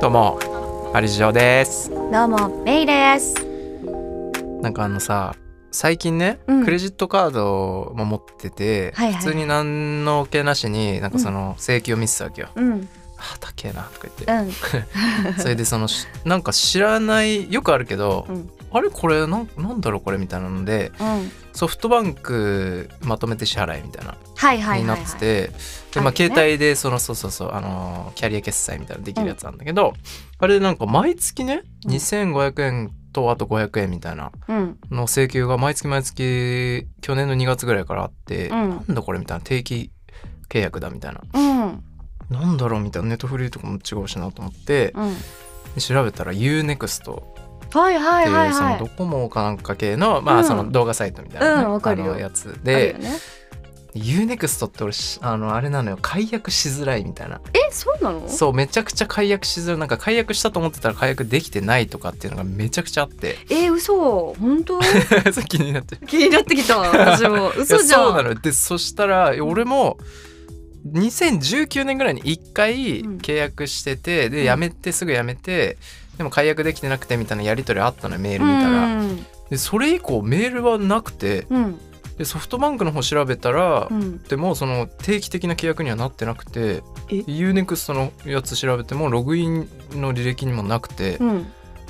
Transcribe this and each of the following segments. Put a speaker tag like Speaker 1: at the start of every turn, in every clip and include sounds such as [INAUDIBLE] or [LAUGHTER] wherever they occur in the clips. Speaker 1: どうもパリジオです
Speaker 2: どうもメイです
Speaker 1: なんかあのさ最近ね、
Speaker 2: うん
Speaker 1: クレジットカードも持ってて、
Speaker 2: はいはいはい
Speaker 1: 普通に何の気なしになんかその請求を見てたわけよ、
Speaker 2: うんうん
Speaker 1: ああ高えなとか言
Speaker 2: [LAUGHS]
Speaker 1: ってそれでそのしなんか知らないよくあるけど、
Speaker 2: うん
Speaker 1: あれこれなんなんだろうこれみたいなので
Speaker 2: うん
Speaker 1: ソフトバンクまとめて支払いみたいな
Speaker 2: はいはいはいはい
Speaker 1: になってて、でま
Speaker 2: あ
Speaker 1: あ、
Speaker 2: るよね
Speaker 1: 携帯でそのそうそうそうあのーキャリア決済みたいなのできるやつなんだけど、あれでなんか毎月ね
Speaker 2: うん
Speaker 1: 2500円とあと500円みたいな
Speaker 2: うん
Speaker 1: の請求が毎月毎月去年の2月ぐらいからあって、
Speaker 2: うん
Speaker 1: なんだこれみたいな定期契約だみたいな
Speaker 2: うん
Speaker 1: なんだろうみたいなネットフリーとかも違うしなと思って
Speaker 2: うん
Speaker 1: で調べたら UNEXT
Speaker 2: はいは
Speaker 1: って
Speaker 2: いはいいう
Speaker 1: その
Speaker 2: は
Speaker 1: ド
Speaker 2: い
Speaker 1: コモかなんか系の,、ま
Speaker 2: う
Speaker 1: あ
Speaker 2: ん
Speaker 1: その動画サイトみたいなね、
Speaker 2: うんわかるよ
Speaker 1: あのやつ
Speaker 2: あるよ
Speaker 1: で、
Speaker 2: ね
Speaker 1: UNEXT って俺しあのあれなのよ解約しづらいみたいな
Speaker 2: えそうなの
Speaker 1: そうめちゃくちゃ解約しづらいなんか解約したと思ってたら解約できてないとかっていうのがめちゃくちゃあって [LAUGHS]
Speaker 2: え嘘本当 [LAUGHS]
Speaker 1: それ気になって
Speaker 2: 気になっ
Speaker 1: [LAUGHS]
Speaker 2: てきた私も嘘じゃ
Speaker 1: い
Speaker 2: ん
Speaker 1: やそうなのよでそしたらいや俺も2019年ぐらいに1回
Speaker 2: うん
Speaker 1: 契約してて、
Speaker 2: う
Speaker 1: で
Speaker 2: ん
Speaker 1: 辞めてすぐ辞めてでも解約できてなくてみたいなやり取りあったのよメール見たら、
Speaker 2: うん
Speaker 1: でそれ以降メールはなくて
Speaker 2: うん
Speaker 1: でソフトバンクの方調べたら、
Speaker 2: うん
Speaker 1: でもその定期的な契約にはなってなくて
Speaker 2: え
Speaker 1: UNEXT のやつ調べてもログインの履歴にもなくて、
Speaker 2: うん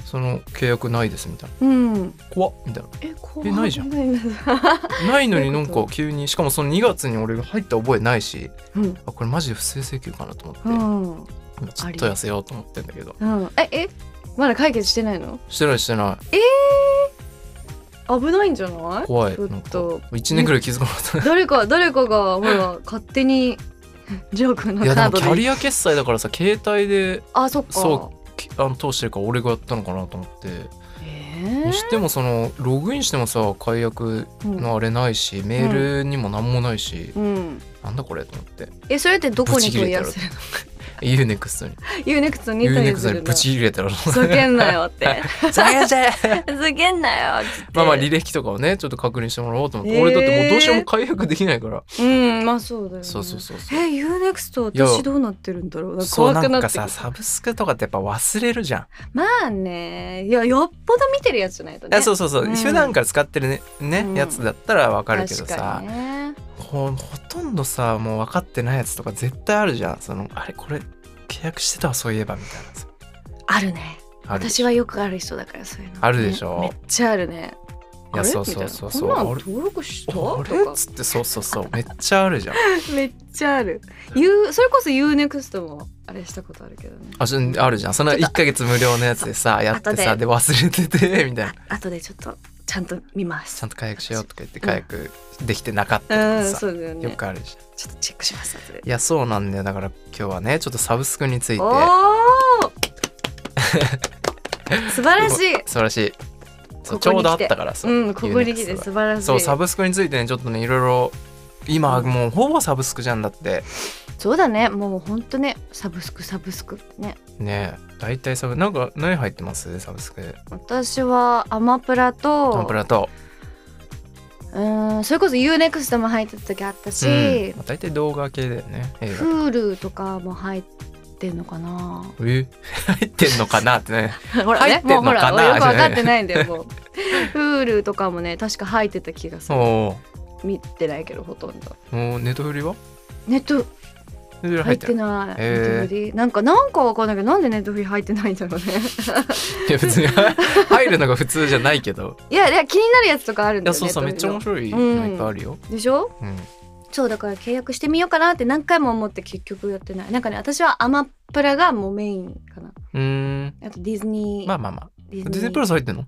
Speaker 1: その契約ないですみたい
Speaker 2: うん
Speaker 1: な怖っみたい
Speaker 2: えこ
Speaker 1: えないじゃんなないのになんか急にしかもその2月に俺が入った覚えないし
Speaker 2: うん
Speaker 1: あこれマジで不正請求かなと思って、
Speaker 2: うん
Speaker 1: 今ちょっと痩せようと思ってんだけど
Speaker 2: うんええまだ解決してないの
Speaker 1: してないしてない
Speaker 2: 危ないんじゃない
Speaker 1: 怖い
Speaker 2: ちょっ
Speaker 1: なんか
Speaker 2: と
Speaker 1: 1年ぐらい気づかなかった
Speaker 2: 誰か誰かがほら勝手にジョー [LAUGHS] 君の
Speaker 1: いやで
Speaker 2: カ
Speaker 1: も
Speaker 2: ード
Speaker 1: キ
Speaker 2: で
Speaker 1: ャリア決済だからさ携帯で
Speaker 2: あそっか
Speaker 1: そきあの通してるから俺がやったのかなと思って、
Speaker 2: え
Speaker 1: にしてもそのログインしてもさ解約
Speaker 2: ーうん
Speaker 1: のあれないしメールにも何もないし、
Speaker 2: うん、
Speaker 1: なんだこれと思って
Speaker 2: えそれってどこに問い合わせる
Speaker 1: UNEXT に
Speaker 2: [LAUGHS] ユーネクストに問い合わ
Speaker 1: UNEXT
Speaker 2: せる
Speaker 1: に
Speaker 2: の
Speaker 1: ブチ切れた
Speaker 2: [LAUGHS]
Speaker 1: ら
Speaker 2: ふざけんなよって
Speaker 1: [LAUGHS]
Speaker 2: ふざけんなよっつって
Speaker 1: まあまあ履歴とかをねちょっと確認してもらおうと思って、
Speaker 2: えー
Speaker 1: 俺だってもうどうしようも解約できないから、
Speaker 2: うんまあそうだよ、ね、
Speaker 1: そうそうそうそう
Speaker 2: えユーネクスト
Speaker 1: いや
Speaker 2: 私どうなってるんだろうなんか
Speaker 1: そう
Speaker 2: 怖
Speaker 1: な
Speaker 2: く
Speaker 1: ん
Speaker 2: なって
Speaker 1: か
Speaker 2: きた
Speaker 1: さサブスクとかってやっぱ忘れるじゃん、
Speaker 2: まあねいやよっぽど見てるやつじゃないとね
Speaker 1: あそうそうそう、
Speaker 2: うん
Speaker 1: 普段から使ってるねね、
Speaker 2: うん
Speaker 1: やつだったらわかるけど
Speaker 2: 確
Speaker 1: さ、
Speaker 2: かにね
Speaker 1: ほほとんどさもう分かってないやつとか絶対あるじゃんそのあれこれ契約してたわそういえばみたいなさ
Speaker 2: あるね
Speaker 1: ある
Speaker 2: 私はよくある人だからそういうの
Speaker 1: あるでしょ
Speaker 2: めっちゃあるね
Speaker 1: い
Speaker 2: あ
Speaker 1: や
Speaker 2: れ
Speaker 1: そうそうそうそう
Speaker 2: みた
Speaker 1: あ
Speaker 2: いなこんなの
Speaker 1: れ
Speaker 2: 登録した
Speaker 1: あ
Speaker 2: と
Speaker 1: れっ
Speaker 2: か
Speaker 1: つってそうそうそうめっちゃあるじゃん
Speaker 2: めっちゃある。ゆうそれこそ UNEXT もあれしたことあるけどね。
Speaker 1: あじゃあるじゃんその1か月無料のやつで
Speaker 2: [LAUGHS]
Speaker 1: さやって
Speaker 2: 後
Speaker 1: さ
Speaker 2: で
Speaker 1: で忘れててみたいな
Speaker 2: あとでちょっとちゃんと見ま
Speaker 1: ち
Speaker 2: す
Speaker 1: ゃん。と解約しようとか言って解約できてなかっ
Speaker 2: う
Speaker 1: た
Speaker 2: ん、
Speaker 1: とかさ、
Speaker 2: そうだよ
Speaker 1: よ
Speaker 2: ね。
Speaker 1: くあるじゃん
Speaker 2: ちょっとチェックします後で。
Speaker 1: いやそうなんだよだから今日はねちょっとサブスクについて
Speaker 2: お
Speaker 1: [LAUGHS]
Speaker 2: お。素晴らしい。
Speaker 1: 素晴らしいそう
Speaker 2: こ
Speaker 1: ち
Speaker 2: こに来て
Speaker 1: ょうどあったからそう、
Speaker 2: うん、ここに来
Speaker 1: Unix
Speaker 2: て
Speaker 1: が
Speaker 2: 素晴らしい。
Speaker 1: そうサブスクについてねちょっとねいろいろ今もうほぼサブスクじゃんだって
Speaker 2: そうだね。もう本当ね、サブスクサブスクね。
Speaker 1: ねえ大体サブなんか何入ってますサブスク
Speaker 2: 私はアマプラ
Speaker 1: タン
Speaker 2: と
Speaker 1: プ、ラと、
Speaker 2: うん、それこそ UNEXT も入ってた時あった
Speaker 1: う
Speaker 2: し
Speaker 1: ん、まあ、大体動画系だよね映画
Speaker 2: Hulu とかも入ってんのかな。
Speaker 1: え入ってんのかなってね
Speaker 2: ほら
Speaker 1: 入っ
Speaker 2: ね、
Speaker 1: てん
Speaker 2: も
Speaker 1: の
Speaker 2: うほら
Speaker 1: か
Speaker 2: よ
Speaker 1: な
Speaker 2: く分かってないんだ
Speaker 1: [LAUGHS]
Speaker 2: よもう Hulu とかもね確か入ってた気がする
Speaker 1: そ
Speaker 2: 見てないけどほとんど
Speaker 1: うもうネットフリは
Speaker 2: ネット
Speaker 1: ネットフリ入
Speaker 2: 入
Speaker 1: っ
Speaker 2: ってて
Speaker 1: る
Speaker 2: ないネッ
Speaker 1: へー
Speaker 2: トフリなんかなんかわかんないけどなんでネットフリ入ってないんだろうね
Speaker 1: いや別に入るのが普通じゃないけど
Speaker 2: [LAUGHS] いやいや気になるやつとかあるん
Speaker 1: い
Speaker 2: だ
Speaker 1: や
Speaker 2: よ
Speaker 1: そうそうめっちゃ面
Speaker 2: 白
Speaker 1: 白いのいっぱいあるよ、
Speaker 2: いでしょ
Speaker 1: うん
Speaker 2: そうだから契約してみようかなって何回も思って結局やってないなんかね私はアマプラがもうメインかな
Speaker 1: うーん
Speaker 2: あとディズニー、
Speaker 1: まあまあまあデ
Speaker 2: デ
Speaker 1: ィズニープラ
Speaker 2: ス
Speaker 1: ス入ってんの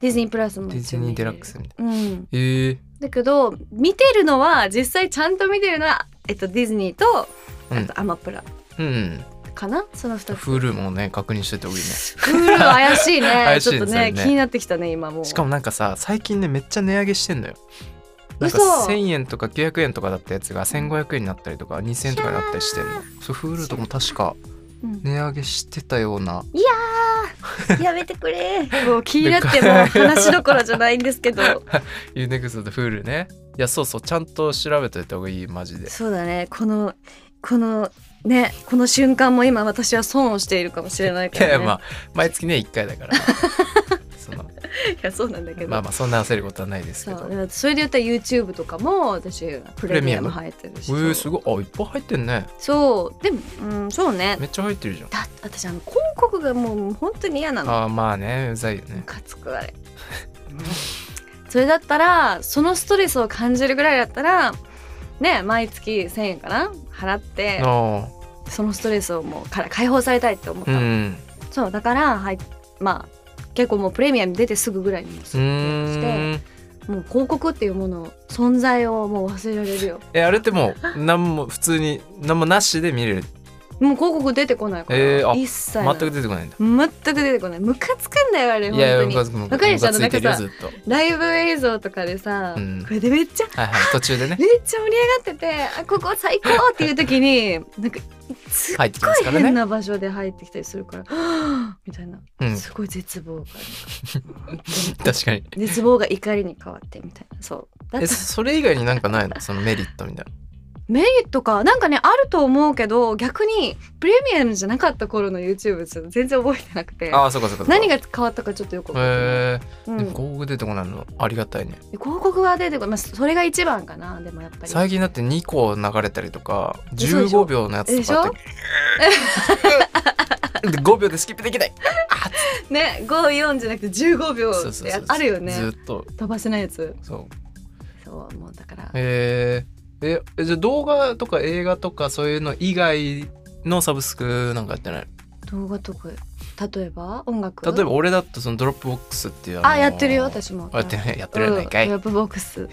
Speaker 2: ディズニープラスも
Speaker 1: ディズニーデラックスみたい
Speaker 2: うん
Speaker 1: なええ
Speaker 2: だけど見てるのは実際ちゃんと見てるのは、えっと、ディズニーと
Speaker 1: うん
Speaker 2: あとアマプラ
Speaker 1: うん
Speaker 2: かな、その2つ
Speaker 1: Hulu もね確認してて多いね
Speaker 2: フール怪しいね
Speaker 1: [LAUGHS] 怪しい
Speaker 2: ち
Speaker 1: で
Speaker 2: ょっ
Speaker 1: す
Speaker 2: と
Speaker 1: よね
Speaker 2: ね気になってきたね今もう
Speaker 1: しかもなんかさ最近ねめっちゃ値上げしてんのよなんか
Speaker 2: 嘘
Speaker 1: 1000円とか900円とかだったやつが1500円になったりとか2000円とかになったりしてんのそう Hulu とかも確か
Speaker 2: うん
Speaker 1: 値上げしてたような
Speaker 2: やめてくれもう気になってもう話どころじゃないんですけど
Speaker 1: UNEXT と Hulu ねいやそうそうちゃんと調べといた方がいいマジで
Speaker 2: そうだねこのこのねこの瞬間も今私は損をしているかもしれない
Speaker 1: い
Speaker 2: か
Speaker 1: やい
Speaker 2: ら、
Speaker 1: や
Speaker 2: ね、
Speaker 1: まあ毎月ね1回だからそ
Speaker 2: [LAUGHS]
Speaker 1: の
Speaker 2: いやそうなんだけど、
Speaker 1: まあまあそんな焦ることはないですけ
Speaker 2: そう
Speaker 1: ど
Speaker 2: だからそれで言ったら YouTube とかも私プレミアム入ってるし
Speaker 1: えー、すごいあいっぱい入ってんね
Speaker 2: そうでも、うん、そうね
Speaker 1: めっちゃ入ってるじゃん
Speaker 2: だ私あの広告がもう本当に嫌なの
Speaker 1: あーまあねうざいよ
Speaker 2: ム
Speaker 1: ね
Speaker 2: カつくあれそれだったらそのストレスを感じるぐらいだったらね毎月1,000円かな払って
Speaker 1: あ
Speaker 2: そのストレスをもうから解放されたいって思
Speaker 1: ー
Speaker 2: っ
Speaker 1: う
Speaker 2: たの、
Speaker 1: ん
Speaker 2: そうだからはいまあ結構もうプレミアム出てすぐぐらいに
Speaker 1: うーん
Speaker 2: もう広告っていうもの存在をもう忘れられるよ
Speaker 1: えあれっても
Speaker 2: [LAUGHS]
Speaker 1: う何も普通に何もなしで見れる
Speaker 2: もう広告出てこないから、
Speaker 1: えーあ
Speaker 2: 一切な
Speaker 1: 全
Speaker 2: い
Speaker 1: く出てこないんだ
Speaker 2: 全く出てこないムカつくんだよあれ
Speaker 1: いやいや
Speaker 2: 本
Speaker 1: ム
Speaker 2: 当
Speaker 1: カ
Speaker 2: に
Speaker 1: つくムカつ
Speaker 2: わかるでしょ
Speaker 1: いてるよ
Speaker 2: なんかさ
Speaker 1: ずっと
Speaker 2: ライブ映像とかでさ、
Speaker 1: うん
Speaker 2: これでめっちゃ
Speaker 1: はいはい途中
Speaker 2: [LAUGHS]
Speaker 1: でね
Speaker 2: めっちゃ盛り上がっててあここ最高っていう時になんかすっ
Speaker 1: 入ってき
Speaker 2: ご
Speaker 1: ます
Speaker 2: い
Speaker 1: から
Speaker 2: 変
Speaker 1: ね
Speaker 2: な場所で入ってきたりするから、 [GASPS] はぁみたいな
Speaker 1: うん
Speaker 2: すごい絶望が
Speaker 1: 確かに
Speaker 2: 絶望が怒りに変わってみたいなそうだって
Speaker 1: えそれ以外になんかないのそのメリットみたいな
Speaker 2: メリットかなんかねあると思うけど逆にプレミアムじゃなかった頃の YouTube ちょっと全然覚えてなくて
Speaker 1: ああそうかそうかそうか
Speaker 2: 何が変わったかちょっとよく覚え
Speaker 1: へえ
Speaker 2: てない、うん
Speaker 1: 広告出てこないのありがたいね
Speaker 2: 広告は出てこない、まあ、それが一番かなでもやっぱり
Speaker 1: 最近だって2個流れたりとか
Speaker 2: 嘘でしょ
Speaker 1: 15秒のやつとかあって [LAUGHS] で5秒でスキップできない
Speaker 2: ね54じゃなくて15秒
Speaker 1: そう
Speaker 2: っ
Speaker 1: そう
Speaker 2: て
Speaker 1: そう
Speaker 2: あるよね
Speaker 1: ずっと
Speaker 2: 飛ばせないやつ
Speaker 1: そう
Speaker 2: そうもうだから
Speaker 1: えー、ええじゃあ動画とか映画とかそういうの以外のサブスクなんかやってない
Speaker 2: 動画とか例えば音楽
Speaker 1: 例えば俺だとそのドロップボックスっていうの
Speaker 2: あやってるよ私も
Speaker 1: やってないやってるやないかい、
Speaker 2: うん、ラップボックス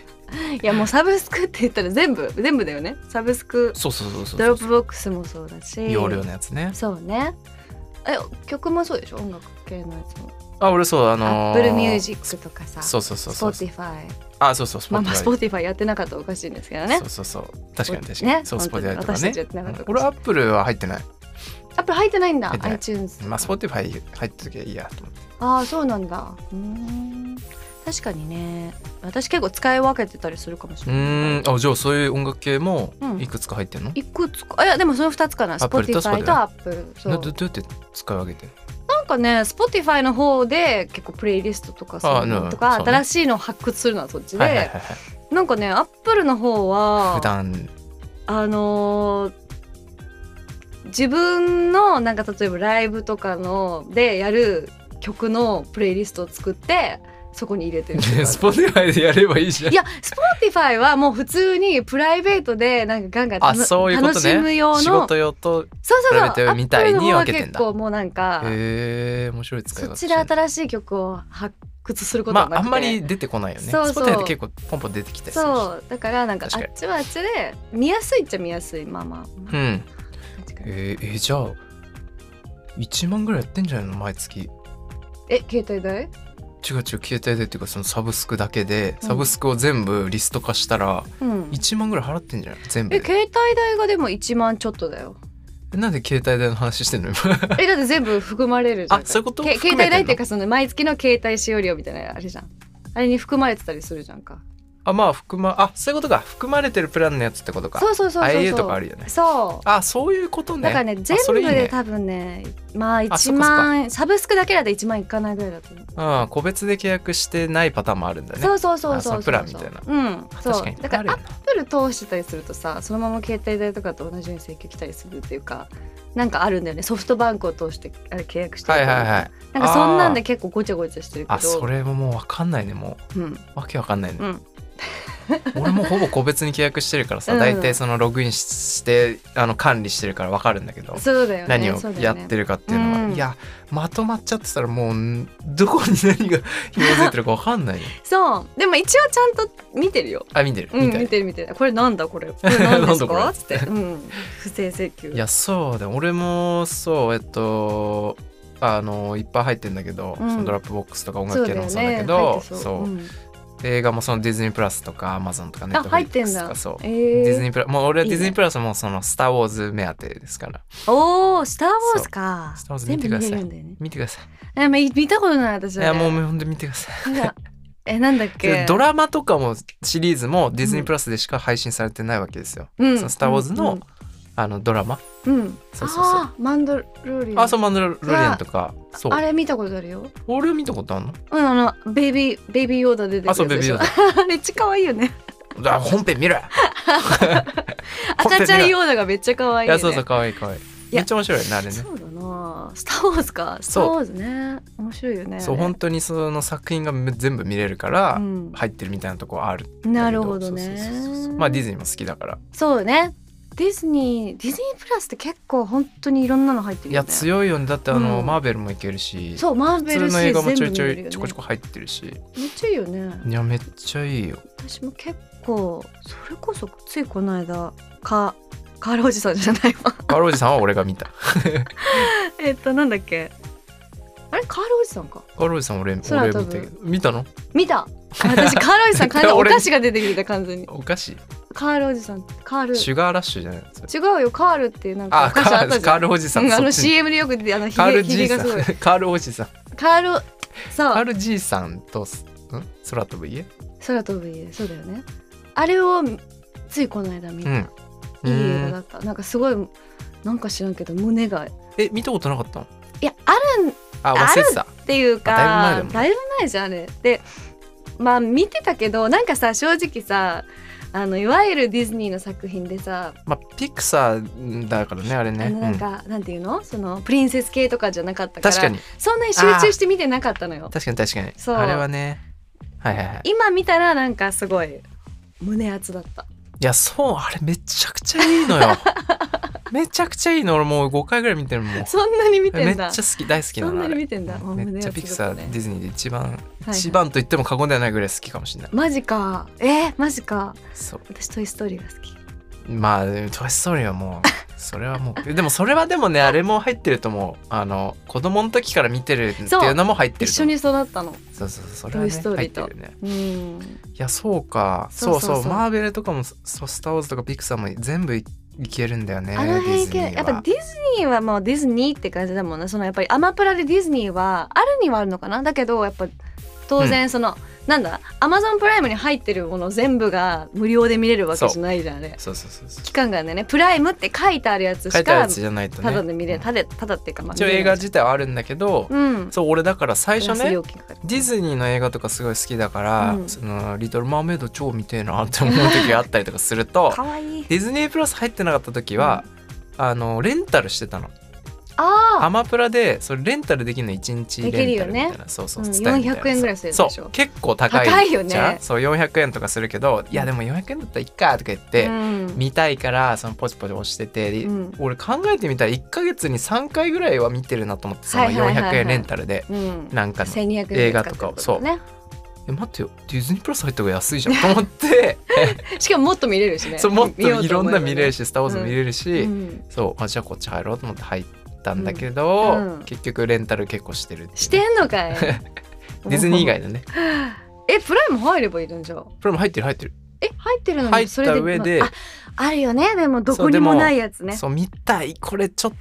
Speaker 2: いやもうサブスクって言ったら全部 [LAUGHS] 全部だよねサブスク
Speaker 1: そうそうそうそう
Speaker 2: ドロップボックスもそうだし
Speaker 1: 容量のやつね
Speaker 2: そうねえ曲もそうでしょ音楽系のやつも
Speaker 1: あ俺そうあのー、
Speaker 2: Apple Music とかさ
Speaker 1: そうそうそうそう
Speaker 2: Spotify
Speaker 1: あそうそうス
Speaker 2: まあ
Speaker 1: ポ
Speaker 2: まあ Spotify やってなかったらおかしいんですけどね
Speaker 1: そうそうそう確かに確かに、
Speaker 2: ね
Speaker 1: そうスポ
Speaker 2: 本
Speaker 1: ティフイ
Speaker 2: 当に
Speaker 1: とか
Speaker 2: 私たちやってなかっ
Speaker 1: ね
Speaker 2: た
Speaker 1: うん俺アップルは入ってない
Speaker 2: やっぱり入ってないんだ
Speaker 1: 入ってない
Speaker 2: iTunes
Speaker 1: まあスポティファイ入ってときゃいいやと思って
Speaker 2: ああそうなんだうーん確かにね私結構使い分けてたりするかもし
Speaker 1: う
Speaker 2: れない
Speaker 1: ーんあじゃあそういう音楽系も
Speaker 2: うん
Speaker 1: いくつか入ってんの、
Speaker 2: いくつかあいやでもその2つかな
Speaker 1: Apple と
Speaker 2: Spotify と Apple そう
Speaker 1: などどうやって使い分けてる
Speaker 2: なんかね Spotify の方で結構プレイリストとかそういうのと
Speaker 1: あ
Speaker 2: か、
Speaker 1: うんそうね
Speaker 2: 新しいのを発掘するのはそっちで、
Speaker 1: はいはいはいはい
Speaker 2: なんかね Apple の方は
Speaker 1: 普段
Speaker 2: あのー自分のなんか例えばライブとかのでやる曲のプレイリストを作ってそこに入れてる
Speaker 1: スポティファイでやればいいじゃん
Speaker 2: いや、Spotify はもう普通にプライベートでなんかガンガン
Speaker 1: あ
Speaker 2: 楽
Speaker 1: そういうこと
Speaker 2: 楽
Speaker 1: ね
Speaker 2: しむ用の
Speaker 1: 仕事用と
Speaker 2: そう
Speaker 1: プ
Speaker 2: そう
Speaker 1: ライ
Speaker 2: そ
Speaker 1: ベー
Speaker 2: う。
Speaker 1: トみたいに分けてんだ
Speaker 2: Apple の方は結構もうなんか、
Speaker 1: へえ面白い使い
Speaker 2: そ
Speaker 1: 方
Speaker 2: っち
Speaker 1: して
Speaker 2: で
Speaker 1: る
Speaker 2: 新しい曲を発掘すること
Speaker 1: ま
Speaker 2: はなく
Speaker 1: あ
Speaker 2: て、
Speaker 1: あんまり出てこないよねス
Speaker 2: そうそう
Speaker 1: ポティファイって結構ポンポン出てきたりするし
Speaker 2: そうだからなんかあ
Speaker 1: 確かに
Speaker 2: っちはあっちで見やすいっちゃ見やすいまあまあ。
Speaker 1: うんえ
Speaker 2: 確かに
Speaker 1: ー、えーじゃあ1万ぐらいやってんじゃないの毎月
Speaker 2: え携帯代？
Speaker 1: 違う違う携帯でっていうかそのサブスクだけで
Speaker 2: うん
Speaker 1: サブスクを全部リスト化したら
Speaker 2: うん。
Speaker 1: 1万ぐらい払ってんじゃない全部
Speaker 2: え
Speaker 1: で
Speaker 2: 携帯代がでも1万ちょっと
Speaker 1: [LAUGHS]
Speaker 2: だよ。
Speaker 1: えなんで携帯代の話してんの [LAUGHS] 今
Speaker 2: えだって全部含まれるじゃん。
Speaker 1: あそういうこと
Speaker 2: け携
Speaker 1: 含めてんの
Speaker 2: 帯代っていうかその毎月の携帯使用料みたいなのあれじゃん。あれに含まれてたりするじゃんか。
Speaker 1: あまあ含まあそういうことか含まれてるプランのやつってことか
Speaker 2: そうそうそうそうそう。
Speaker 1: IAU とかあるよね
Speaker 2: そう。
Speaker 1: あそういうことね
Speaker 2: だからね全
Speaker 1: そ
Speaker 2: 部
Speaker 1: れいいね
Speaker 2: で多分ねまあ
Speaker 1: あそ
Speaker 2: 1
Speaker 1: っかそっか
Speaker 2: 万サブスクだけだと1万いかないぐらいだと思う、
Speaker 1: うん、個別で契約してないパターンもあるんだね
Speaker 2: そうそうそうそ
Speaker 1: あそ
Speaker 2: うそう
Speaker 1: のプランみたいな
Speaker 2: うんそう
Speaker 1: 確かに
Speaker 2: だから
Speaker 1: あ
Speaker 2: ア
Speaker 1: る
Speaker 2: ッ
Speaker 1: よな
Speaker 2: プル通してたりするとさそのまま携帯代とかと同じように請求来たりするっていうかなんかあるんだよねソフトバンクを通してあれ契約してる
Speaker 1: は
Speaker 2: か
Speaker 1: い
Speaker 2: ら
Speaker 1: はいはい
Speaker 2: なんかそんなんで結構ごちゃごちゃしてるけど
Speaker 1: あそれももう分かんないねも
Speaker 2: うん
Speaker 1: うわけわかんないね、
Speaker 2: うん
Speaker 1: 俺もほぼ個別に契約してるからさ
Speaker 2: [LAUGHS] うん
Speaker 1: 大体そのログインししてあの管理してるから分かるんだけど
Speaker 2: そうだよね
Speaker 1: 何を
Speaker 2: そうだ
Speaker 1: や
Speaker 2: よ
Speaker 1: っ
Speaker 2: ね
Speaker 1: てるかっていうのは
Speaker 2: うん
Speaker 1: いやまとまっちゃってたらもうんどこに何が [LAUGHS] 紐づいてるか分かんないよ
Speaker 2: そうでも一応ちゃんと見てるよ
Speaker 1: あ見てる
Speaker 2: うん
Speaker 1: 見てる、
Speaker 2: 見てる見てるこれなんだこれこれなん
Speaker 1: [LAUGHS]
Speaker 2: です
Speaker 1: なんだこれ
Speaker 2: かっつって、うん、不正請求
Speaker 1: いやそうだ俺もそうえっとあのいっぱい入ってんだけど、
Speaker 2: うん
Speaker 1: そのドラップボックスとか音
Speaker 2: そ
Speaker 1: 楽
Speaker 2: う
Speaker 1: 系
Speaker 2: だ
Speaker 1: の
Speaker 2: よ
Speaker 1: も
Speaker 2: ね
Speaker 1: そうだけど
Speaker 2: 入って
Speaker 1: そう
Speaker 2: ううん
Speaker 1: 映画もそのディズニープラスとかアマゾンとかネッ
Speaker 2: あ
Speaker 1: トフ
Speaker 2: 入
Speaker 1: リ
Speaker 2: っ
Speaker 1: ッ
Speaker 2: て
Speaker 1: ク
Speaker 2: ん
Speaker 1: スと
Speaker 2: だ
Speaker 1: か。そう
Speaker 2: え
Speaker 1: ディズ
Speaker 2: ー
Speaker 1: ニープラもう俺はい
Speaker 2: い
Speaker 1: デ
Speaker 2: ね
Speaker 1: ィズニープラスはもうその「スター・ウォーズ」目当てですから
Speaker 2: おお、スターウォーズか。
Speaker 1: そうスターウォーズ
Speaker 2: 全
Speaker 1: 見て
Speaker 2: 部
Speaker 1: く
Speaker 2: 見
Speaker 1: ださい
Speaker 2: れるんだよね。
Speaker 1: 見てくださ
Speaker 2: え、ま見たことない
Speaker 1: い
Speaker 2: 私
Speaker 1: い
Speaker 2: は、ね。
Speaker 1: やもうほんと見てください
Speaker 2: なんかえ、なんだっ
Speaker 1: [LAUGHS]
Speaker 2: け。
Speaker 1: ドラマとかもシリーズもディズニープラスでしか配信されてないわけですよ、
Speaker 2: うん
Speaker 1: そのスター・ウォーズのあのドラマ
Speaker 2: うん
Speaker 1: そうそうそう
Speaker 2: あーマンドルーリン
Speaker 1: あそうマンダルロリアンとかそう
Speaker 2: あれ見たことあるよ
Speaker 1: 俺は見たことあるの
Speaker 2: うんあのベイビーベイビーヨーダ出てくる
Speaker 1: あそう
Speaker 2: や
Speaker 1: ベ
Speaker 2: つ
Speaker 1: ビ
Speaker 2: で
Speaker 1: ー
Speaker 2: しょ
Speaker 1: ヨー
Speaker 2: [LAUGHS] めっちゃ可愛いよ
Speaker 1: [LAUGHS]
Speaker 2: ね [LAUGHS]
Speaker 1: ダあ本編見ろや本編見ろ
Speaker 2: 赤ちゃんヨーダがめっちゃ可愛
Speaker 1: い
Speaker 2: いよ
Speaker 1: や
Speaker 2: ね
Speaker 1: そうそうかわいいかわいい
Speaker 2: い
Speaker 1: め
Speaker 2: や
Speaker 1: っちゃ面白いよねあれね
Speaker 2: そうだなスター・ウォーズかスター・ウォーズね面白いよね
Speaker 1: そう本当にその作品が全部見れるから、
Speaker 2: うん
Speaker 1: 入ってるみたいなとこあるんだけ
Speaker 2: なるほど
Speaker 1: そうそうそう
Speaker 2: ね
Speaker 1: そうまあディズニーも好きだから、
Speaker 2: そうねディズニーディズニープラスって結構本当にいろんなの入ってる
Speaker 1: い
Speaker 2: よ
Speaker 1: や
Speaker 2: ね
Speaker 1: 強いよねだってあの、
Speaker 2: うん
Speaker 1: マーベルもいけるし
Speaker 2: そうマー
Speaker 1: 普
Speaker 2: ベ
Speaker 1: 通
Speaker 2: ルシ
Speaker 1: の
Speaker 2: リ
Speaker 1: 映
Speaker 2: ー
Speaker 1: 画
Speaker 2: ズ
Speaker 1: もちょい
Speaker 2: 全部
Speaker 1: ち
Speaker 2: 見
Speaker 1: ょ
Speaker 2: れる
Speaker 1: い
Speaker 2: よね
Speaker 1: ちょこちょこ入ってるし
Speaker 2: めっちゃいいよね
Speaker 1: いやめっちゃいいよ
Speaker 2: 私も結構それこそついこの間かカールおじさんじゃないわ
Speaker 1: カールおじさんは俺が見
Speaker 2: [LAUGHS]
Speaker 1: た
Speaker 2: えっとなんだっけあれカールおじさんか
Speaker 1: カールおじさん俺
Speaker 2: それ
Speaker 1: 俺見た
Speaker 2: は多分
Speaker 1: けど見たの [LAUGHS]
Speaker 2: 見たあ私カールおじさん完全にお
Speaker 1: 俺
Speaker 2: 菓子が出てきてた完全に
Speaker 1: お菓子
Speaker 2: カールおじさんカール
Speaker 1: シュガーラッシュじゃないそれ
Speaker 2: 違うよカールっていうなんかお
Speaker 1: あカ
Speaker 2: 菓子あった
Speaker 1: ー
Speaker 2: じゃ
Speaker 1: カー
Speaker 2: ん
Speaker 1: ルおじさん、
Speaker 2: うんあ
Speaker 1: そ
Speaker 2: の
Speaker 1: っちに
Speaker 2: CM でよく出てあのひ
Speaker 1: カー
Speaker 2: げ
Speaker 1: ル
Speaker 2: ひ
Speaker 1: じ
Speaker 2: げ
Speaker 1: いさ
Speaker 2: が
Speaker 1: ん
Speaker 2: すごい
Speaker 1: カールおじさん
Speaker 2: カール
Speaker 1: カ
Speaker 2: そ
Speaker 1: ー
Speaker 2: う
Speaker 1: ルじいさんとすん空飛ぶ家
Speaker 2: 空飛ぶ家そうだよねあれをついこの間見
Speaker 1: う
Speaker 2: た、
Speaker 1: ん
Speaker 2: いい映
Speaker 1: う
Speaker 2: 画
Speaker 1: ん
Speaker 2: だったなんかすごいなんか知らんけど胸がい
Speaker 1: え見たことなかったの
Speaker 2: やあるん
Speaker 1: あ
Speaker 2: あ
Speaker 1: 忘れてた
Speaker 2: っていうか
Speaker 1: だいぶ前だもん
Speaker 2: だいぶ前じゃんあれでまあ見てたけどなんかさ正直さあのいわゆるディズニーの作品でさ、
Speaker 1: まあピクサーだからねあれね
Speaker 2: あのなんか、なんていうのそのプリンセス系とかじゃなかっ
Speaker 1: う
Speaker 2: た
Speaker 1: ん
Speaker 2: から
Speaker 1: 確かに
Speaker 2: そんなに集中して見てなかったのよ
Speaker 1: 確かに確かに
Speaker 2: そう
Speaker 1: あれはねはいはいはい
Speaker 2: 今見たらなんかすごい胸熱だった
Speaker 1: いやそうあれめちゃくちゃいいの
Speaker 2: [LAUGHS]
Speaker 1: よめちゃくちゃいいの俺もう5回ぐらい見てるもん
Speaker 2: そんなに
Speaker 1: め
Speaker 2: 見て
Speaker 1: っ
Speaker 2: ん
Speaker 1: ちゃ
Speaker 2: だ
Speaker 1: 好き大好きな
Speaker 2: そん
Speaker 1: の
Speaker 2: な
Speaker 1: あ
Speaker 2: に
Speaker 1: れ
Speaker 2: 見てんだもう
Speaker 1: めっちゃピクサー
Speaker 2: 胸
Speaker 1: デ
Speaker 2: 熱
Speaker 1: ィ
Speaker 2: だ
Speaker 1: ズニーで一番
Speaker 2: ったねはいはい
Speaker 1: 一番と言っても過言ではないぐらい好きかもしれない
Speaker 2: マジかえー、マジか
Speaker 1: そう
Speaker 2: 私トイストーリーが好き
Speaker 1: まあ「トイ・ストーリー」はもうそれはもうでもそれはでもねあれも入ってると思うあの子供の時から見てるっていうのも入ってる
Speaker 2: 一
Speaker 1: と
Speaker 2: 緒
Speaker 1: 思う
Speaker 2: に育ったの
Speaker 1: そうそうそうそれはね
Speaker 2: トイストーリーと
Speaker 1: 入ってるよね
Speaker 2: うん
Speaker 1: いやそうか
Speaker 2: そ
Speaker 1: そうう
Speaker 2: そう
Speaker 1: そう
Speaker 2: そう
Speaker 1: マーベルとかもそうスター・ウォーズとかピクサーも全部いいけるんだよね
Speaker 2: あの辺
Speaker 1: ディズニー
Speaker 2: 系
Speaker 1: は
Speaker 2: やっぱディズニーはもうディズニーって感じだもんねそのやっぱりアマプラでディズニーはあるにはあるのかなだけどやっぱ当然その、なんだアマゾンプライムに入ってるもの全部が無料で見れるわけじゃないじゃんあれ
Speaker 1: そうそうそうそう
Speaker 2: 期間がねプライムって書いてあるやつ
Speaker 1: 書
Speaker 2: し
Speaker 1: いてある
Speaker 2: か
Speaker 1: やつじゃないとね
Speaker 2: ただで見れ
Speaker 1: うん
Speaker 2: ただただっていうかまあ
Speaker 1: 一応映画自体はあるんだけど、
Speaker 2: うん
Speaker 1: そう俺だから最初ねディ
Speaker 2: ニ
Speaker 1: ズニーの映画とかすごい好きだから「
Speaker 2: うん
Speaker 1: そのリトル・マーメイド」超見てえなって思う時があったりとかすると
Speaker 2: かわいい
Speaker 1: ディズニープラス入ってなかった時は、あのレンタルしてたの
Speaker 2: あ
Speaker 1: アマプラでそれレンタルできるの1日レンタルみたいな、
Speaker 2: できるよ
Speaker 1: そう
Speaker 2: あ、う
Speaker 1: そ
Speaker 2: ん、
Speaker 1: う、伝えみたいな
Speaker 2: 400円ぐらいするでしょ
Speaker 1: そう結構高い
Speaker 2: 高いよね
Speaker 1: じゃんそう400円とかするけどいやでも400円だったらいっかとか言って、
Speaker 2: うん
Speaker 1: 見たいからそのポチポチ押してて、で
Speaker 2: うん
Speaker 1: 俺考えてみたら1ヶ月に3回ぐらいは見てるなと思ってその
Speaker 2: はいはいはいはい
Speaker 1: 400円レンタルで
Speaker 2: うん、
Speaker 1: なんかの
Speaker 2: 1200円
Speaker 1: 映画とかを
Speaker 2: 使ってるってこ
Speaker 1: え待ってよディズニープラス入った方が安いじゃんと思って
Speaker 2: [LAUGHS] とねしかももっと見れるし
Speaker 1: [LAUGHS]
Speaker 2: ね
Speaker 1: そうもっといろんな見れる
Speaker 2: し、
Speaker 1: し「スター・ウォーズ」も見れるし、
Speaker 2: うん
Speaker 1: そうあじゃあこっち入ろうと思って入ったんだけど、
Speaker 2: うんうん
Speaker 1: 結局レンタル結構してるっていうね
Speaker 2: してんのかい
Speaker 1: [LAUGHS] ディズニー以外のね
Speaker 2: えプライム入ればいいのじゃあ
Speaker 1: これも入ってる入ってる、
Speaker 2: え入ってるの
Speaker 1: 入
Speaker 2: に
Speaker 1: った
Speaker 2: それで
Speaker 1: 上で
Speaker 2: まあああるよねでもど
Speaker 1: そ
Speaker 2: こ
Speaker 1: う
Speaker 2: に
Speaker 1: で
Speaker 2: も
Speaker 1: も
Speaker 2: ないやつね
Speaker 1: そう見たいこれちょっ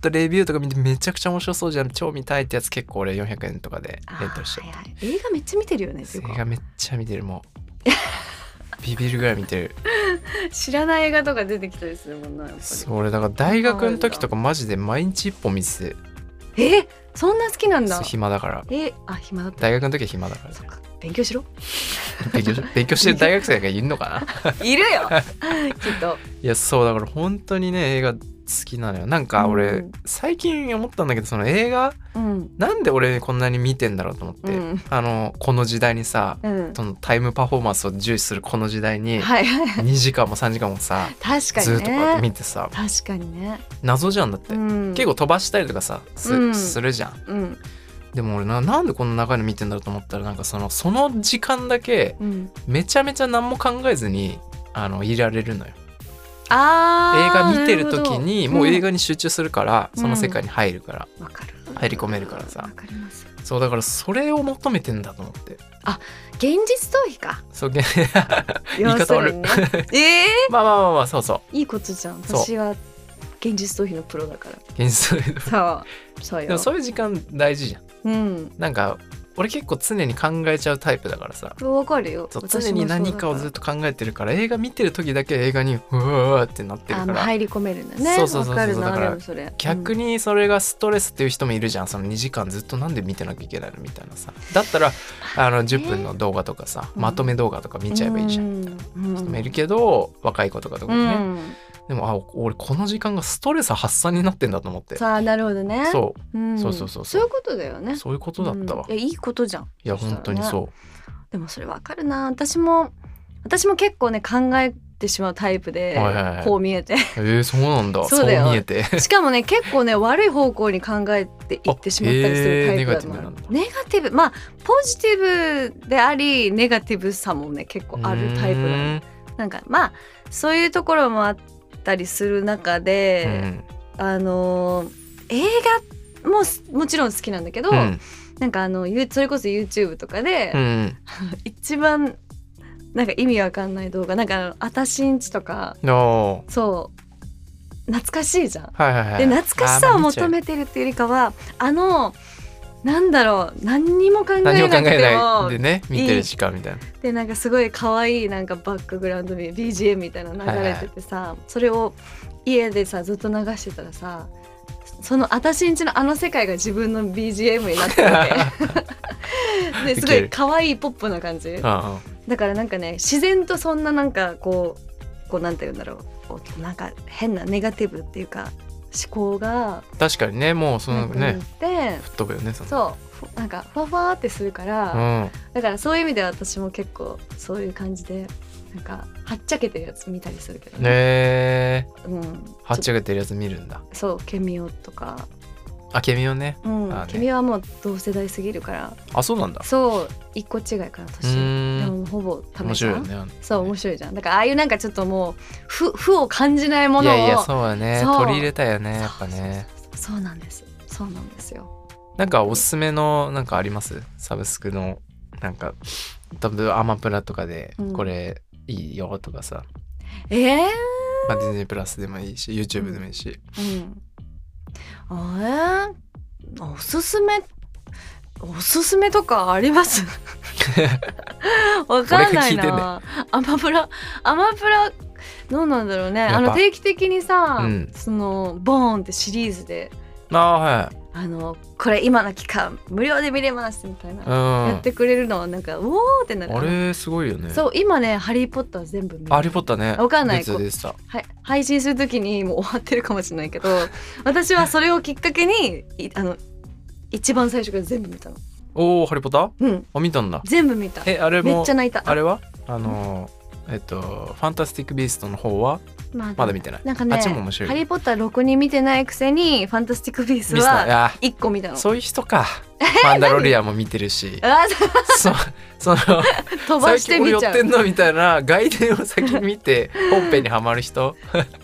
Speaker 1: とレビューとか見てめちゃくちゃ面白そうじゃん超見たいってやつ結構俺400円とかで
Speaker 2: あー
Speaker 1: レンタルしてる
Speaker 2: はいはい映画めっちゃ見てるよねって
Speaker 1: 映
Speaker 2: いうか
Speaker 1: 画めっちゃ見てるもう [LAUGHS] ビビるぐらい見てる
Speaker 2: 知らない映画とか出てきたりするもんなやっぱり
Speaker 1: そう俺だから大学の時とかマジで毎日一本見てて
Speaker 2: えそんな好きなんだ
Speaker 1: そう暇だから
Speaker 2: えあ暇だった
Speaker 1: 大学の時は暇だからね
Speaker 2: そっか勉強
Speaker 1: [LAUGHS]
Speaker 2: しろ
Speaker 1: 勉強し [LAUGHS] 勉強してる大学生がいるのか
Speaker 2: [LAUGHS]
Speaker 1: な
Speaker 2: いるよきっと
Speaker 1: いやそうだから本当にね映画好きなのよなんか俺、
Speaker 2: うん
Speaker 1: 最近思ったんだけどその映画
Speaker 2: うん
Speaker 1: なんで俺こんなに見てんだろうと思って、
Speaker 2: うん
Speaker 1: あのこの時代にさ
Speaker 2: うん
Speaker 1: そのタイムパフォーマンスを重視するこの時代に
Speaker 2: はいはい
Speaker 1: 2時間も3時間もさ、
Speaker 2: 確かに
Speaker 1: ずっ
Speaker 2: ね
Speaker 1: とこうやって見てさ
Speaker 2: 確かにね、
Speaker 1: 謎じゃんだって、
Speaker 2: うん、
Speaker 1: 結構飛ばしたりとかさす,、
Speaker 2: うん
Speaker 1: するじゃん
Speaker 2: うん
Speaker 1: でも俺ななんでこんな長いの見てんだろうと思ったらなんかそのその時間だけ
Speaker 2: うん、
Speaker 1: めちゃめちゃ何も考えずにあのいられるのよ
Speaker 2: あ
Speaker 1: 映
Speaker 2: ー
Speaker 1: 画見てる時にもう映
Speaker 2: なる
Speaker 1: 画に集中するから、
Speaker 2: うん
Speaker 1: その世界に入るから
Speaker 2: ほどうんわかる
Speaker 1: 入り込めるからさ
Speaker 2: わかります
Speaker 1: そうだからそれを求めてんだと思って
Speaker 2: 現実逃避か
Speaker 1: そうげ [LAUGHS]
Speaker 2: 要
Speaker 1: 言い方
Speaker 2: す
Speaker 1: 悪
Speaker 2: る
Speaker 1: い
Speaker 2: にね
Speaker 1: [LAUGHS]
Speaker 2: え
Speaker 1: まあまあまあまあそうそう
Speaker 2: ー、いいことじゃん
Speaker 1: そう
Speaker 2: 私は現実逃避のプロだから
Speaker 1: 現実 [LAUGHS]
Speaker 2: そうそう
Speaker 1: で
Speaker 2: よ
Speaker 1: もそういう時間大事じゃん
Speaker 2: うん
Speaker 1: なんか俺結構常に考えちゃうタイプだからさ
Speaker 2: わかるよ
Speaker 1: そう常に何かをずっと考えてるから映画見てる時だけ映画にうわーってなってる
Speaker 2: あ
Speaker 1: か
Speaker 2: もう
Speaker 1: ら
Speaker 2: 入り込めるんだね
Speaker 1: そうそうそうそう
Speaker 2: わかる
Speaker 1: だ
Speaker 2: な
Speaker 1: か
Speaker 2: で
Speaker 1: ら
Speaker 2: もそれ
Speaker 1: 逆
Speaker 2: に、
Speaker 1: にそれがストレスっていう人もいるじゃんその2時間ずっとなんで見てなきゃいけないのみたいなさだったらあの10分の動画とかさ、
Speaker 2: うん
Speaker 1: まとめ動画とか見ちゃえばいいじゃん、
Speaker 2: うん、
Speaker 1: 人もいるけど若い子とかとか
Speaker 2: う
Speaker 1: ね、
Speaker 2: ん、
Speaker 1: でもあ俺この時間がストレス発散になってんだと思って
Speaker 2: さあなるほどね、
Speaker 1: そう
Speaker 2: ん、
Speaker 1: そうそうそう
Speaker 2: そういうことだよね
Speaker 1: うそういうことだったわ、
Speaker 2: うんいやいいことじゃん
Speaker 1: いや本当にそう
Speaker 2: でもそれわかるな私も私も結構ね考えてしまうタイプで、
Speaker 1: はいはいはい
Speaker 2: こう見
Speaker 1: [LAUGHS]
Speaker 2: えて
Speaker 1: えー、そうなんだ
Speaker 2: そうだよ
Speaker 1: 見えて
Speaker 2: しかもね結構ね悪い方向に考えていってしまったりするタ
Speaker 1: あへー
Speaker 2: イプだと
Speaker 1: ネガティブなんだ
Speaker 2: ネガティブまあポジティブでありネガティブさもね結構 [LAUGHS] あるタイプだねなんかまあそういうところもあったりする中
Speaker 1: う
Speaker 2: で、
Speaker 1: ん
Speaker 2: あのー映画もすもちろん好きなんだけど、
Speaker 1: うん
Speaker 2: なんかあのゆそれこそ YouTube とかで、
Speaker 1: うん
Speaker 2: 一番なんか意味わかんない動画なんかあの「あたしんち」とか
Speaker 1: うんおー
Speaker 2: そう懐かしいじゃん。
Speaker 1: はいはいはい
Speaker 2: で懐かしさを求
Speaker 1: め
Speaker 2: めてるっていうよりかはあのなんだろう何にも考えな
Speaker 1: 何も考え
Speaker 2: くて
Speaker 1: な
Speaker 2: も
Speaker 1: いでね見てる時間みたいな
Speaker 2: でなんかすごい可愛いなんかバックグラウンドに BGM みたいなの流れててさ、それを家でさずっと流してたらさその私んちのあの世界が自分の BGM になってて
Speaker 1: [LAUGHS]
Speaker 2: ですご
Speaker 1: いけ
Speaker 2: い
Speaker 1: る
Speaker 2: 可愛いポップな感じ
Speaker 1: あ
Speaker 2: だからなんかね自然とそんななんかこうこうなんて言うんだろうこうなんか変なネガティブっていうか思考が
Speaker 1: あ確かにねもうそ
Speaker 2: な
Speaker 1: の
Speaker 2: く
Speaker 1: ね
Speaker 2: なって、
Speaker 1: 吹っ飛ぶよねその
Speaker 2: そうふなんかふわふわってするから。
Speaker 1: うん
Speaker 2: だからそういう意味では私も結構そういう感じでなんかはっちゃけてるやつ見たりするけどね。
Speaker 1: ねえ
Speaker 2: うん、
Speaker 1: はっち
Speaker 2: ゃ
Speaker 1: ゃけてるやつ見るんだ
Speaker 2: そうケミオとか、
Speaker 1: あケミオね
Speaker 2: うん
Speaker 1: あーね
Speaker 2: ケミオはもう同世代すぎるから
Speaker 1: あそうなんだ
Speaker 2: そう一個違いから
Speaker 1: う
Speaker 2: 年で
Speaker 1: ーん
Speaker 2: もほぼ食
Speaker 1: 面
Speaker 2: べ
Speaker 1: 白いよ
Speaker 2: た
Speaker 1: ね
Speaker 2: そう面白いじゃんだからああいうなんかちょっともう負負を感じないも
Speaker 1: い
Speaker 2: のを
Speaker 1: やいやそうだね
Speaker 2: そう
Speaker 1: 取り入れたよねやっぱね
Speaker 2: そうそうそうそうなんですそうなんですよ
Speaker 1: なんかおすすめのなんかありますサブスクのなんか多分アマプラとかで
Speaker 2: うん
Speaker 1: これいいよとかさ、
Speaker 2: ええ
Speaker 1: まあ、ディズニープラスでもいいし YouTube でもいいし、 [LAUGHS]
Speaker 2: うんあえーおすすめおすすめとかあります [LAUGHS] わかんない
Speaker 1: 俺が聞いてんだ
Speaker 2: なアマプラアマプラどうなんだろうね
Speaker 1: やっぱ
Speaker 2: あの定期的にさ、
Speaker 1: うん
Speaker 2: そのボーンってシリーズで
Speaker 1: ああはい
Speaker 2: あのこれ今の期間無料で見れますみたいな、やっ
Speaker 1: う
Speaker 2: てくれるのはなんかうおーってなる
Speaker 1: んあれすごいよね
Speaker 2: そう今ね「ハリー・ポッター」全部見
Speaker 1: あハリーポッターね
Speaker 2: わかんない
Speaker 1: 出てた出てた
Speaker 2: はい、配信するときにもう終わってるかもしれない
Speaker 1: [LAUGHS]
Speaker 2: けど私はそれをきっかけにいあの一番最初から全部見たの
Speaker 1: おおハリーポッター
Speaker 2: うん
Speaker 1: あ見たんだ
Speaker 2: 全部見た
Speaker 1: えあれ
Speaker 2: めっ
Speaker 1: も
Speaker 2: ちゃ泣いた
Speaker 1: あれはあのーえっと「ファンタスティック・ビースト」の方は
Speaker 2: まだ
Speaker 1: まだ見てない
Speaker 2: なんか
Speaker 1: あ
Speaker 2: ね
Speaker 1: っちも面白い
Speaker 2: ハリー・ポッター」6人見てないくせに「ファンタスティック・ビースト」
Speaker 1: ミスターい
Speaker 2: は
Speaker 1: や
Speaker 2: 1個見たの
Speaker 1: そういう人
Speaker 2: [LAUGHS]
Speaker 1: か。マンダロリアンも見てるし。
Speaker 2: あそう
Speaker 1: そその
Speaker 2: 飛ばして見
Speaker 1: 最近
Speaker 2: ち
Speaker 1: 寄っ
Speaker 2: ゃ
Speaker 1: てんのみたいな外伝を先に見て本編にはまる人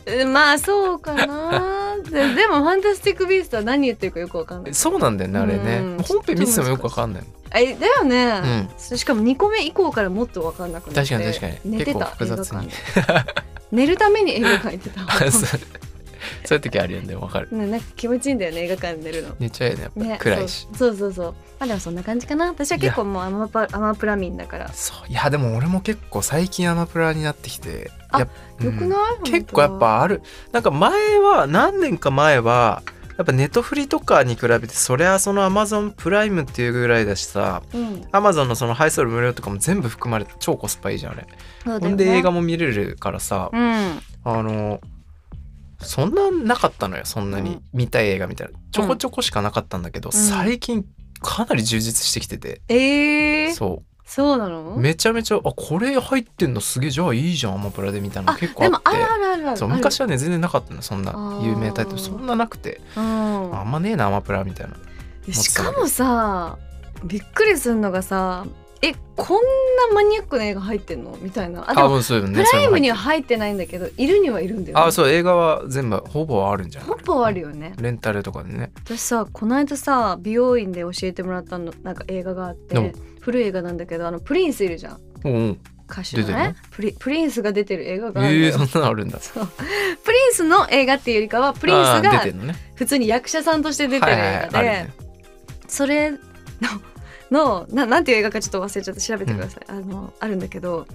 Speaker 2: うまあそうかなででも「ファンタスティック・ビースト」は何言ってるかよくわかんない
Speaker 1: そうなんだよねあれ
Speaker 2: うん
Speaker 1: ね本編見ててもよくわかんない
Speaker 2: えだよ
Speaker 1: う
Speaker 2: ね、
Speaker 1: ん
Speaker 2: そしかも2個目以降からもっとわかんなくなって
Speaker 1: 確かに確かに
Speaker 2: 寝て
Speaker 1: 結
Speaker 2: た
Speaker 1: 構複雑に
Speaker 2: 映画館で寝るために映画館行
Speaker 1: [LAUGHS]
Speaker 2: ってた
Speaker 1: そうそういう時あるよねわかる
Speaker 2: ね、なんか気持ちいいんだよね映画館で寝るの。
Speaker 1: 寝ちゃうよねやっぱ、
Speaker 2: ね、
Speaker 1: 暗いし
Speaker 2: そうそうそうそうまあでもそんな感じかな私は結構もうアマパアマプラミンだから、
Speaker 1: そういやでも俺も結構最近アマプラになってきて
Speaker 2: あ
Speaker 1: やっうん
Speaker 2: よくない
Speaker 1: 結構やっぱあるなんか前は何年か前はやっぱネットフリとかに比べてそりゃそのアマゾンプライムっていうぐらいだしさ
Speaker 2: 本当はうん
Speaker 1: アマゾンのその配送料無料とかも全部含まれて超コスパいいじゃんあれ、
Speaker 2: そうだ
Speaker 1: ほ
Speaker 2: よね
Speaker 1: んで映画も見れるからさ、
Speaker 2: うん
Speaker 1: あのそんななかったのよそんな
Speaker 2: う
Speaker 1: に
Speaker 2: ん
Speaker 1: 見たい映画みたいなちょこちょこしかなかったんだけど、
Speaker 2: ん
Speaker 1: 最近かなり充実してきてて、
Speaker 2: えー、そ
Speaker 1: そう
Speaker 2: なの
Speaker 1: うめちゃめちゃあこれ入ってんのすげえじゃあいいじゃんアマプラでみたいな
Speaker 2: あ
Speaker 1: の結構あ
Speaker 2: で
Speaker 1: って
Speaker 2: もあるあるあるある
Speaker 1: そう
Speaker 2: ある
Speaker 1: 昔はね全然なかったのそんな
Speaker 2: あー
Speaker 1: 有名タイトルそんななくて
Speaker 2: うん
Speaker 1: あんまねえなアマプラみたいな
Speaker 2: でしかもさびっくりするのがさえこんなマニアックな映画入ってんのみたいなあで
Speaker 1: あ
Speaker 2: も
Speaker 1: うんそうよね
Speaker 2: プ
Speaker 1: そ
Speaker 2: ラ
Speaker 1: れ
Speaker 2: イ
Speaker 1: も入
Speaker 2: ム
Speaker 1: っ
Speaker 2: には入ってないんだけどいるにはいるんだよ、ね、
Speaker 1: あそう映画は全部ほぼあるんじゃない
Speaker 2: ほぼあるよね
Speaker 1: レンタルとかでね
Speaker 2: 私さこの間さ美容院で教えてもらったのなんか映画があって、
Speaker 1: うん
Speaker 2: 古い映画なんだけどあのプリンスいるじゃん
Speaker 1: うんうん
Speaker 2: 歌手の
Speaker 1: 出てる
Speaker 2: ね
Speaker 1: の
Speaker 2: プリプリンスが出てる映画があるのよ
Speaker 1: ええそんなのあるんだ
Speaker 2: そう [LAUGHS] プリンスの映画っていうよりかはプリンス
Speaker 1: あー
Speaker 2: が
Speaker 1: 出てんのね
Speaker 2: 普通に役者さんとして出てる映画で、
Speaker 1: はいはいはいあるね
Speaker 2: それの [LAUGHS] のななんていう映画かちょっと忘れちゃって調べてください、あのあるんだけど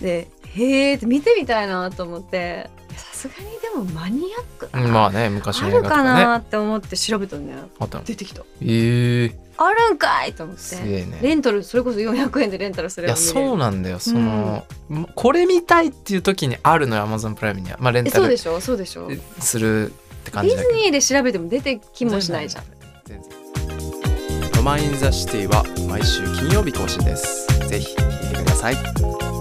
Speaker 2: でへえって見てみたいなと思ってさすがにでもマニアックな、
Speaker 1: まあね昔の
Speaker 2: あ
Speaker 1: 映
Speaker 2: る
Speaker 1: 画と
Speaker 2: か
Speaker 1: かね
Speaker 2: なって思って調べたんだよ
Speaker 1: あったの
Speaker 2: 出てきた
Speaker 1: ええ
Speaker 2: あるんかいと思っ
Speaker 1: す
Speaker 2: て
Speaker 1: げえね
Speaker 2: レンタルそれこそ400円でレンタルす
Speaker 1: い
Speaker 2: れば
Speaker 1: や
Speaker 2: 見れる
Speaker 1: そうなんだよその、これ見たいっていう時にあるのよ Amazon プライムにはまあレン
Speaker 2: え
Speaker 1: タ
Speaker 2: そう
Speaker 1: ル
Speaker 2: でしょそうでしょデ
Speaker 1: するって感じ
Speaker 2: ィ
Speaker 1: だ
Speaker 2: ズ
Speaker 1: けど
Speaker 2: ニーで調べても出てきもしないじゃん
Speaker 1: 全然ロマン・イン・ザ・シティは毎週金曜日更新ですぜひ聞いてください